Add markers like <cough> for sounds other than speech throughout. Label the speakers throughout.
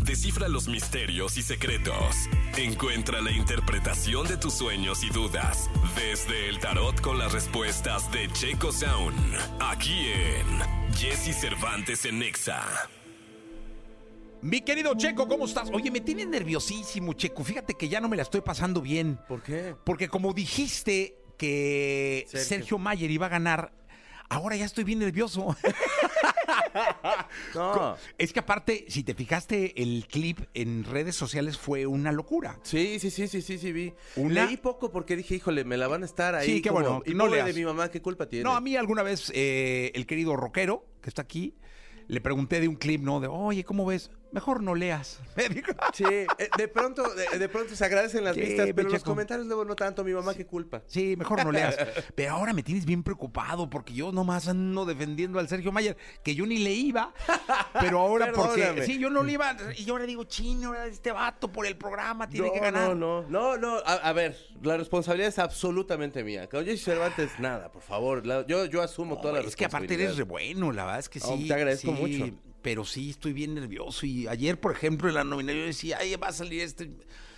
Speaker 1: descifra los misterios y secretos. Encuentra la interpretación de tus sueños y dudas desde el tarot con las respuestas de Checo Sound. Aquí en Jesse Cervantes en Nexa.
Speaker 2: Mi querido Checo, ¿cómo estás? Oye, me tienes nerviosísimo, Checo. Fíjate que ya no me la estoy pasando bien.
Speaker 3: ¿Por qué?
Speaker 2: Porque como dijiste que Sergio,
Speaker 3: Sergio.
Speaker 2: Mayer iba a ganar, ahora ya estoy bien nervioso. <laughs>
Speaker 3: No.
Speaker 2: es que aparte, si te fijaste, el clip en redes sociales fue una locura.
Speaker 3: Sí, sí, sí, sí, sí, sí, vi.
Speaker 2: Una-
Speaker 3: Leí poco porque dije, híjole, me la van a estar ahí.
Speaker 2: Sí, qué
Speaker 3: como-
Speaker 2: bueno,
Speaker 3: Y
Speaker 2: no
Speaker 3: no
Speaker 2: leas.
Speaker 3: de mi mamá, ¿qué culpa tiene?
Speaker 2: No, a mí alguna vez eh, el querido rockero que está aquí, le pregunté de un clip, ¿no? De, oye, ¿cómo ves? Mejor no leas. <laughs> Me dijo,
Speaker 3: Sí, eh, de pronto, de, de pronto se agradecen las
Speaker 2: Sí,
Speaker 3: vistas,
Speaker 2: mi
Speaker 3: pero los
Speaker 2: Checo.
Speaker 3: comentarios luego no tanto, mi mamá, ¿qué culpa?
Speaker 2: Sí, mejor no
Speaker 3: <laughs>
Speaker 2: leas. Pero ahora me tienes bien preocupado porque yo nomás ando defendiendo al Sergio Mayer, que yo ni le iba, pero ahora
Speaker 3: <laughs>
Speaker 2: porque...
Speaker 3: Perdóname.
Speaker 2: Sí, yo no le iba. Y yo ahora digo, chino, ahora este vato por el programa tiene
Speaker 3: no,
Speaker 2: que ganar.
Speaker 3: No, no, no, no, A, a ver, la responsabilidad es absolutamente mía. Con Jesse Cervantes, nada, por favor. la- yo, yo asumo toda la
Speaker 2: Hombre, es que aparte eres re
Speaker 3: responsabilidad.
Speaker 2: bueno, la verdad es que sí.
Speaker 3: Oh, te agradezco
Speaker 2: sí,
Speaker 3: mucho.
Speaker 2: Pero sí, estoy bien nervioso. Y ayer, por ejemplo, en la nominación yo decía, ay, va a salir este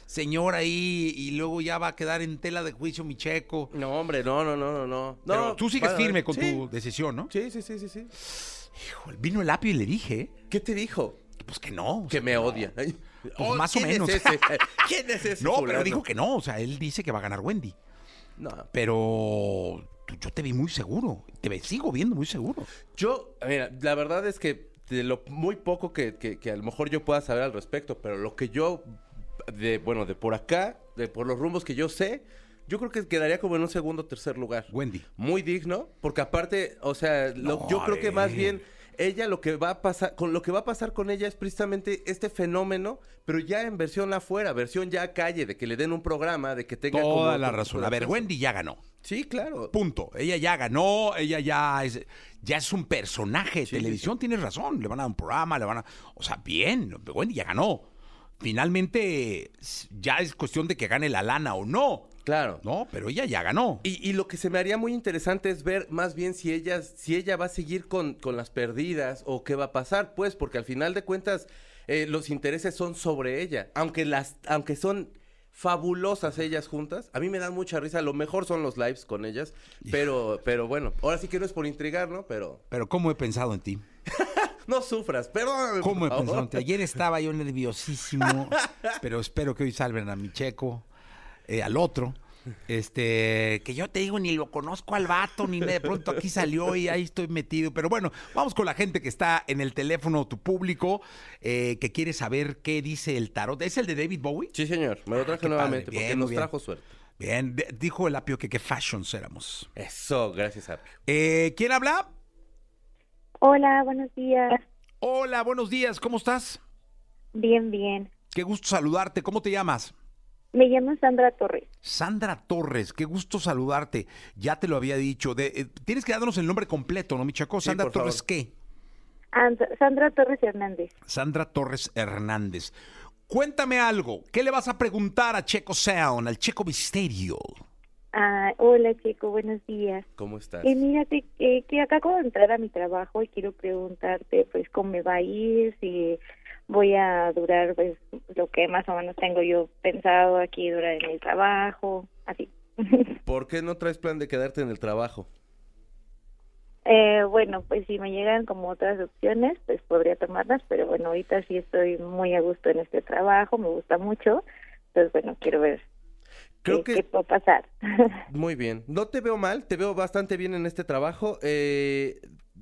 Speaker 2: señor ahí y luego ya va a quedar en tela de juicio mi checo.
Speaker 3: No, hombre, no, no, no, no, no.
Speaker 2: Pero
Speaker 3: No,
Speaker 2: tú sigues
Speaker 3: vale,
Speaker 2: firme
Speaker 3: vale.
Speaker 2: con
Speaker 3: Sí,
Speaker 2: tu decisión, ¿no?
Speaker 3: Sí, sí, sí, sí, sí.
Speaker 2: Híjole, vino el apio y le dije,
Speaker 3: ¿Qué te dijo?
Speaker 2: pues que no. o sea,
Speaker 3: Que me odia. Oh,
Speaker 2: pues más o
Speaker 3: ¿quién
Speaker 2: menos.
Speaker 3: Es ese? ¿Quién es ese?
Speaker 2: No, pero
Speaker 3: fulano?
Speaker 2: dijo que no, o sea, él dice que va a ganar Wendy.
Speaker 3: No.
Speaker 2: Pero tú- yo te vi muy seguro, te ve- sigo viendo muy seguro.
Speaker 3: Yo, mira, la verdad es que de lo muy poco que, que- que a lo mejor yo pueda saber al respecto, pero lo que yo, de bueno, de por acá, de por los rumbos que yo sé, yo creo que quedaría como en un segundo o tercer lugar.
Speaker 2: Wendy.
Speaker 3: Muy digno, porque aparte, o sea, lo-
Speaker 2: No,
Speaker 3: yo
Speaker 2: a
Speaker 3: creo que más
Speaker 2: ver.
Speaker 3: bien ella lo que va a pasar con lo que va a pasar con ella es precisamente este fenómeno, pero ya en versión afuera, versión ya calle, de que le den un programa, de que tenga como
Speaker 2: Toda
Speaker 3: otro
Speaker 2: la
Speaker 3: tipo
Speaker 2: razón.
Speaker 3: de
Speaker 2: A ver,
Speaker 3: acceso.
Speaker 2: Wendy ya ganó.
Speaker 3: Sí, claro.
Speaker 2: Punto. Ella ya ganó, ella ya es, ya es un personaje de
Speaker 3: Sí,
Speaker 2: televisión, tienes razón. Le van a dar un programa, le van a. O sea, bien, Wendy ya ganó. Finalmente, s- ya es cuestión de que gane la lana o no.
Speaker 3: Claro.
Speaker 2: No, pero ella ya ganó.
Speaker 3: Y, y lo que se me haría muy interesante es ver más bien si ella, si ella va a seguir con, con las perdidas o qué va a pasar, pues, porque al final de cuentas eh, los intereses son sobre ella. Aunque las, aunque son fabulosas ellas juntas, a mí me dan mucha risa, lo mejor son los lives con ellas, pero, pero bueno, ahora sí que no es por intrigar, ¿no? Pero
Speaker 2: Pero ¿cómo he pensado en ti?
Speaker 3: no sufras, perdóname. por
Speaker 2: ¿Cómo he
Speaker 3: favor.
Speaker 2: pensado
Speaker 3: <laughs>
Speaker 2: en ti? Ayer estaba yo nerviosísimo, pero espero que hoy salven a mi checo, eh, al otro. Este, que yo te digo, ni lo conozco al vato, ni me- de pronto aquí salió y ahí estoy metido. Pero bueno, vamos con la gente que está en el teléfono, tu público, eh, que quiere saber qué dice el tarot. ¿Es el de David Bowie?
Speaker 3: Sí, señor, me lo traje
Speaker 2: qué padre,
Speaker 3: nuevamente
Speaker 2: bien,
Speaker 3: porque
Speaker 2: muy
Speaker 3: nos
Speaker 2: bien.
Speaker 3: trajo suerte.
Speaker 2: Bien, de- dijo el apio que qué fashions éramos.
Speaker 3: Eso, gracias, Apio.
Speaker 2: Eh, ¿Quién habla?
Speaker 4: Hola, buenos días.
Speaker 2: Hola, buenos días, ¿cómo estás?
Speaker 4: Bien, bien.
Speaker 2: Qué gusto saludarte, ¿cómo te llamas?
Speaker 4: Me llamo Sandra Torres.
Speaker 2: Sandra Torres, qué gusto saludarte. Ya te lo había dicho. De- eh, tienes que darnos el nombre completo, ¿no, Michaco?
Speaker 3: Sí,
Speaker 2: Sandra
Speaker 3: por
Speaker 2: Torres,
Speaker 3: favor.
Speaker 2: ¿qué?
Speaker 4: And- Sandra Torres Hernández.
Speaker 2: Sandra Torres Hernández. Cuéntame algo. ¿Qué le vas a preguntar a Checo Sound, al Checo Misterio?
Speaker 4: Ah, hola, chico, buenos días.
Speaker 3: ¿Cómo estás?
Speaker 4: Eh, mírate que, que acabo de entrar a mi trabajo y quiero preguntarte, pues, cómo me va a ir, si voy a durar, pues, lo que más o menos tengo yo pensado aquí durar en el trabajo, así.
Speaker 3: ¿Por qué no traes plan de quedarte en el trabajo?
Speaker 4: Eh, bueno, pues si me llegan como otras opciones, pues podría tomarlas, pero bueno, ahorita sí estoy muy a gusto en este trabajo, me gusta mucho, entonces bueno, quiero ver
Speaker 3: Creo
Speaker 4: qué,
Speaker 3: que
Speaker 4: qué puede pasar. <laughs>
Speaker 3: Muy bien. No te veo mal, te veo bastante bien en este trabajo. eh,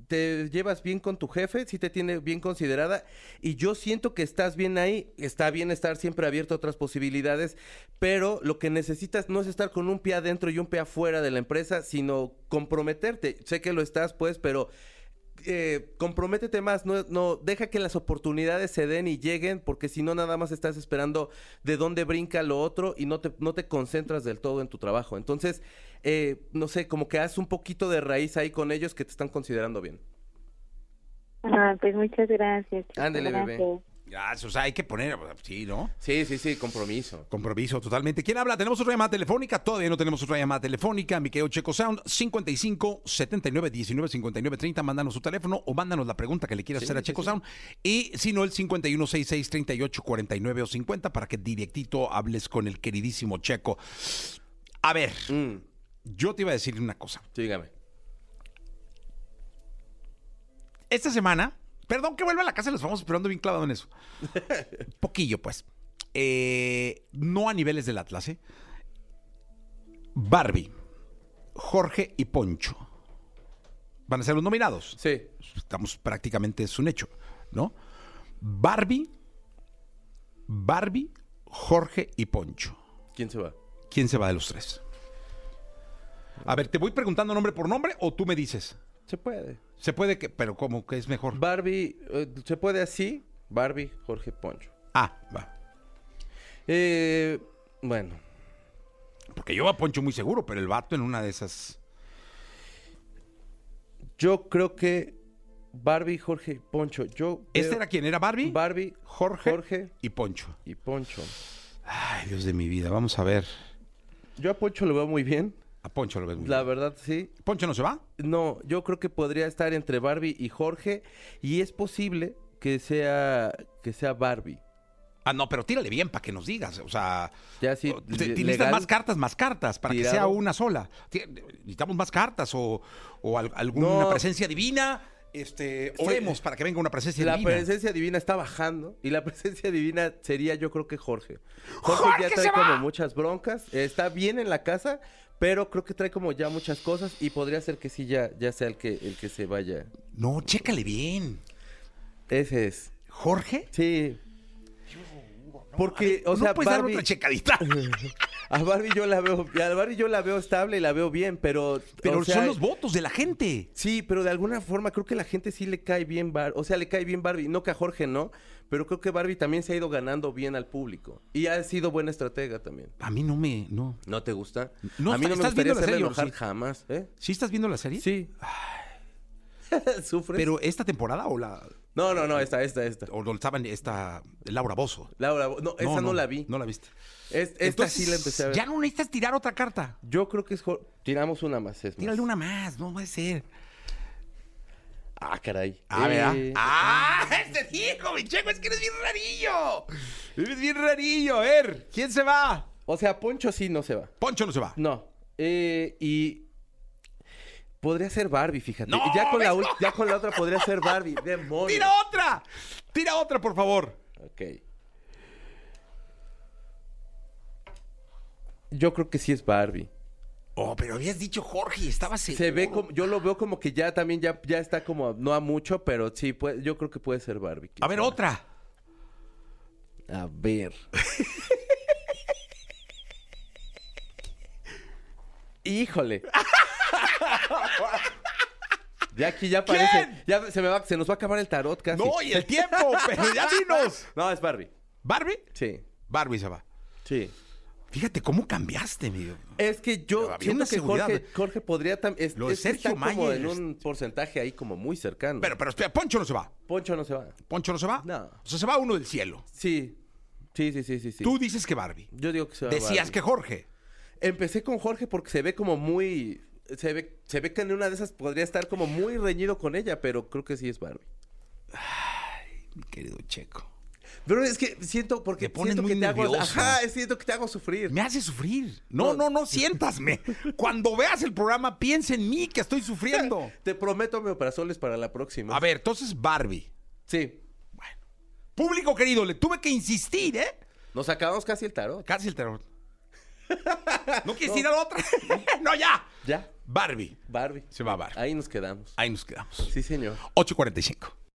Speaker 3: te llevas bien con tu jefe, sí te tiene bien considerada y yo siento que estás bien ahí. Está bien estar siempre abierto a otras posibilidades, pero lo que necesitas no es estar con un pie adentro y un pie afuera de la empresa, sino comprometerte. Sé que lo estás, pues, pero eh, comprométete más, no, no, deja que las oportunidades se den y lleguen, porque si no nada más estás esperando de dónde brinca lo otro y no te, no te concentras del todo en tu trabajo. Entonces, eh, no sé, como que haz un poquito de raíz ahí con ellos que te están considerando bien.
Speaker 4: Ah, pues muchas gracias. chicos,
Speaker 3: Ándele, bebé.
Speaker 4: gracias.
Speaker 2: Ya, o sea, hay que poner, sí, ¿no?
Speaker 3: Sí, sí, sí, compromiso.
Speaker 2: Compromiso totalmente. ¿Quién habla? ¿Tenemos otra llamada telefónica? Todavía no tenemos otra llamada telefónica. Mi querido Checo Sound, 55 79 19 59 30. Mándanos su teléfono o mándanos la pregunta que le quieras hacer a Checo Sound. Y si no, el 51 66 38 49 o 50 para que directito hables con el queridísimo Checo. A ver,
Speaker 3: Mm,
Speaker 2: yo te iba a decir una cosa.
Speaker 3: sí, dígame.
Speaker 2: Esta semana, perdón que vuelva a la casa de los famosos, pero ando bien clavado en eso. Poquillo, pues. Eh, no a niveles del Atlas, ¿eh? Barbie, Jorge y Poncho van a ser los nominados.
Speaker 3: Sí,
Speaker 2: Estamos prácticamente, es un hecho, ¿no? Barbie, Barbie, Jorge y Poncho.
Speaker 3: ¿quién se va?
Speaker 2: ¿Quién se va de los tres? A ver, ¿te voy preguntando nombre por nombre o tú me dices?
Speaker 3: Se puede.
Speaker 2: Se puede que, pero como que es mejor.
Speaker 3: Barbie, eh, se puede así. Barbie, Jorge Poncho.
Speaker 2: Ah, va.
Speaker 3: Eh, bueno,
Speaker 2: Porque yo a Poncho muy seguro, pero el vato en una de esas.
Speaker 3: yo creo que Barbie, Jorge Poncho. Yo
Speaker 2: ¿Este
Speaker 3: veo
Speaker 2: era quién? ¿Era Barbie?
Speaker 3: Barbie,
Speaker 2: Jorge,
Speaker 3: Jorge
Speaker 2: y Poncho.
Speaker 3: y Poncho.
Speaker 2: Ay, Dios de mi vida, vamos a ver.
Speaker 3: Yo a Poncho lo veo muy bien.
Speaker 2: A Poncho lo ves muy
Speaker 3: La
Speaker 2: bien.
Speaker 3: verdad, sí.
Speaker 2: ¿Poncho no se va?
Speaker 3: No, yo creo que podría estar entre Barbie y Jorge. Y es posible que sea, que sea Barbie.
Speaker 2: Ah, no, pero tírale bien para que nos digas. O sea,
Speaker 3: Ya sí,
Speaker 2: o- Oh, te-
Speaker 3: le-
Speaker 2: te necesitas
Speaker 3: legal.
Speaker 2: más cartas, más cartas, para que sea
Speaker 3: Tirado.
Speaker 2: una sola. Ti- Necesitamos más cartas o, o al- alguna
Speaker 3: No.
Speaker 2: presencia divina. Este, oremos para que venga una presencia
Speaker 3: La
Speaker 2: divina.
Speaker 3: presencia divina está bajando y la <laughs> presencia divina sería yo creo que Jorge. Jorge,
Speaker 2: ¡Jorge
Speaker 3: ya
Speaker 2: se
Speaker 3: trae
Speaker 2: va!
Speaker 3: como muchas broncas, está bien en la casa, pero creo que trae como ya muchas cosas y podría ser que sí ya, ya sea el que, el que se vaya.
Speaker 2: No, chécale bien.
Speaker 3: Ese es.
Speaker 2: ¿Jorge?
Speaker 3: Sí. Porque, o
Speaker 2: no
Speaker 3: sea,
Speaker 2: puedes darle
Speaker 3: Barbie-
Speaker 2: otra
Speaker 3: <laughs>
Speaker 2: checadita.
Speaker 3: a Barbie yo la veo, a Barbie yo la veo estable y la veo bien, pero,
Speaker 2: Pero
Speaker 3: o sea,
Speaker 2: son los votos de la gente.
Speaker 3: Sí, pero de alguna forma creo que la gente sí le cae bien Barbie. O sea, le cae bien Barbie. No que a Jorge no, pero creo que Barbie también se ha ido ganando bien al público. Y ha sido buena estratega también.
Speaker 2: A mí no me. No.
Speaker 3: ¿No te gusta?
Speaker 2: No,
Speaker 3: a mí no me
Speaker 2: ¿estás viendo
Speaker 3: gustaría
Speaker 2: la
Speaker 3: hacerle
Speaker 2: serie o
Speaker 3: enojar
Speaker 2: sí?
Speaker 3: jamás. ¿eh?
Speaker 2: ¿Sí estás viendo la serie?
Speaker 3: Sí. <laughs> ¿Sufres?
Speaker 2: Pero esta temporada o la.
Speaker 3: No, no, no, esta, esta, esta.
Speaker 2: O lo estaban esta. Laura Bozo.
Speaker 3: Laura, no, esa no, la vi.
Speaker 2: No la viste.
Speaker 3: Es- esta sí la empecé a ver.
Speaker 2: Ya
Speaker 3: Pues
Speaker 2: no necesitas tirar otra carta.
Speaker 3: Yo creo que es... Jor- Tiramos una más, es más.
Speaker 2: Tírale una más, no puede ser.
Speaker 3: Ah, caray.
Speaker 2: Ah,
Speaker 3: Eh,
Speaker 2: ¿verdad? ¡Ah! <laughs> ¡Este hijo, mi checo! Es que eres bien rarillo. Eres bien rarillo. A ver, ¿quién se va?
Speaker 3: O sea, Poncho sí no se va.
Speaker 2: Poncho no se va.
Speaker 3: No. Eh, y podría ser Barbie, fíjate.
Speaker 2: ¡No,
Speaker 3: ya, con la
Speaker 2: ves,
Speaker 3: ul- ya con la otra podría ser
Speaker 2: <laughs>
Speaker 3: Barbie. ¡Demonios!
Speaker 2: ¡Tira otra! ¡Tira otra, por favor!
Speaker 3: Ok. Yo creo que sí es Barbie.
Speaker 2: Oh, pero habías dicho Jorge, estaba
Speaker 3: Se ve como, yo lo veo como que ya también ya, ya está como a- no a mucho, pero sí, puede- yo creo que puede ser Barbie.
Speaker 2: A ver, otra.
Speaker 3: A ver. Híjole. ya aquí ya parece.
Speaker 2: ¿Quién?
Speaker 3: Ya se me va, se nos va a acabar el tarot casi.
Speaker 2: No, y el tiempo,
Speaker 3: <laughs>
Speaker 2: pero ya dinos.
Speaker 3: No, es Barbie.
Speaker 2: ¿Barbie?
Speaker 3: Sí.
Speaker 2: Barbie se va.
Speaker 3: Sí.
Speaker 2: Fíjate cómo cambiaste, amigo.
Speaker 3: Es que yo
Speaker 2: Pero había
Speaker 3: siento
Speaker 2: una
Speaker 3: que
Speaker 2: seguridad.
Speaker 3: Jorge, Jorge podría también.
Speaker 2: Lo de Sergio
Speaker 3: como en
Speaker 2: Mayer.
Speaker 3: un porcentaje ahí como muy cercano.
Speaker 2: Pero, pero espera, Poncho no se va.
Speaker 3: Poncho no se va.
Speaker 2: ¿Poncho no se va?
Speaker 3: No.
Speaker 2: O sea, se va uno del cielo.
Speaker 3: Sí. Sí, sí, sí, sí. sí.
Speaker 2: Tú dices que Barbie.
Speaker 3: Yo digo que se va.
Speaker 2: Decías
Speaker 3: Barbie.
Speaker 2: que Jorge.
Speaker 3: Empecé con Jorge porque se ve como muy. Se ve, se ve que en una de esas podría estar como muy reñido con ella, pero creo que sí es Barbie.
Speaker 2: Mi querido Checo.
Speaker 3: Pero es que siento porque
Speaker 2: Te pones
Speaker 3: siento
Speaker 2: muy
Speaker 3: que te hago,
Speaker 2: nervioso.
Speaker 3: ajá, siento que te hago sufrir.
Speaker 2: Me hace sufrir. No, no,
Speaker 3: No.
Speaker 2: no,
Speaker 3: <laughs>
Speaker 2: siéntasme. Cuando veas el programa, piensa en mí que estoy
Speaker 3: <laughs>
Speaker 2: sufriendo.
Speaker 3: Te prometo meoprazoles para la próxima.
Speaker 2: A ver, entonces Barbie.
Speaker 3: Sí.
Speaker 2: Público querido, le tuve que insistir, ¿eh?
Speaker 3: Nos acabamos casi el tarot.
Speaker 2: Casi el
Speaker 3: <laughs>
Speaker 2: terror. ¿No quieres ir a la otra? <laughs> no, ya.
Speaker 3: Ya.
Speaker 2: Barbie.
Speaker 3: Barbie.
Speaker 2: Se va Barbie.
Speaker 3: Ahí nos quedamos.
Speaker 2: Ahí nos quedamos.
Speaker 3: Sí, señor.
Speaker 2: 8.45.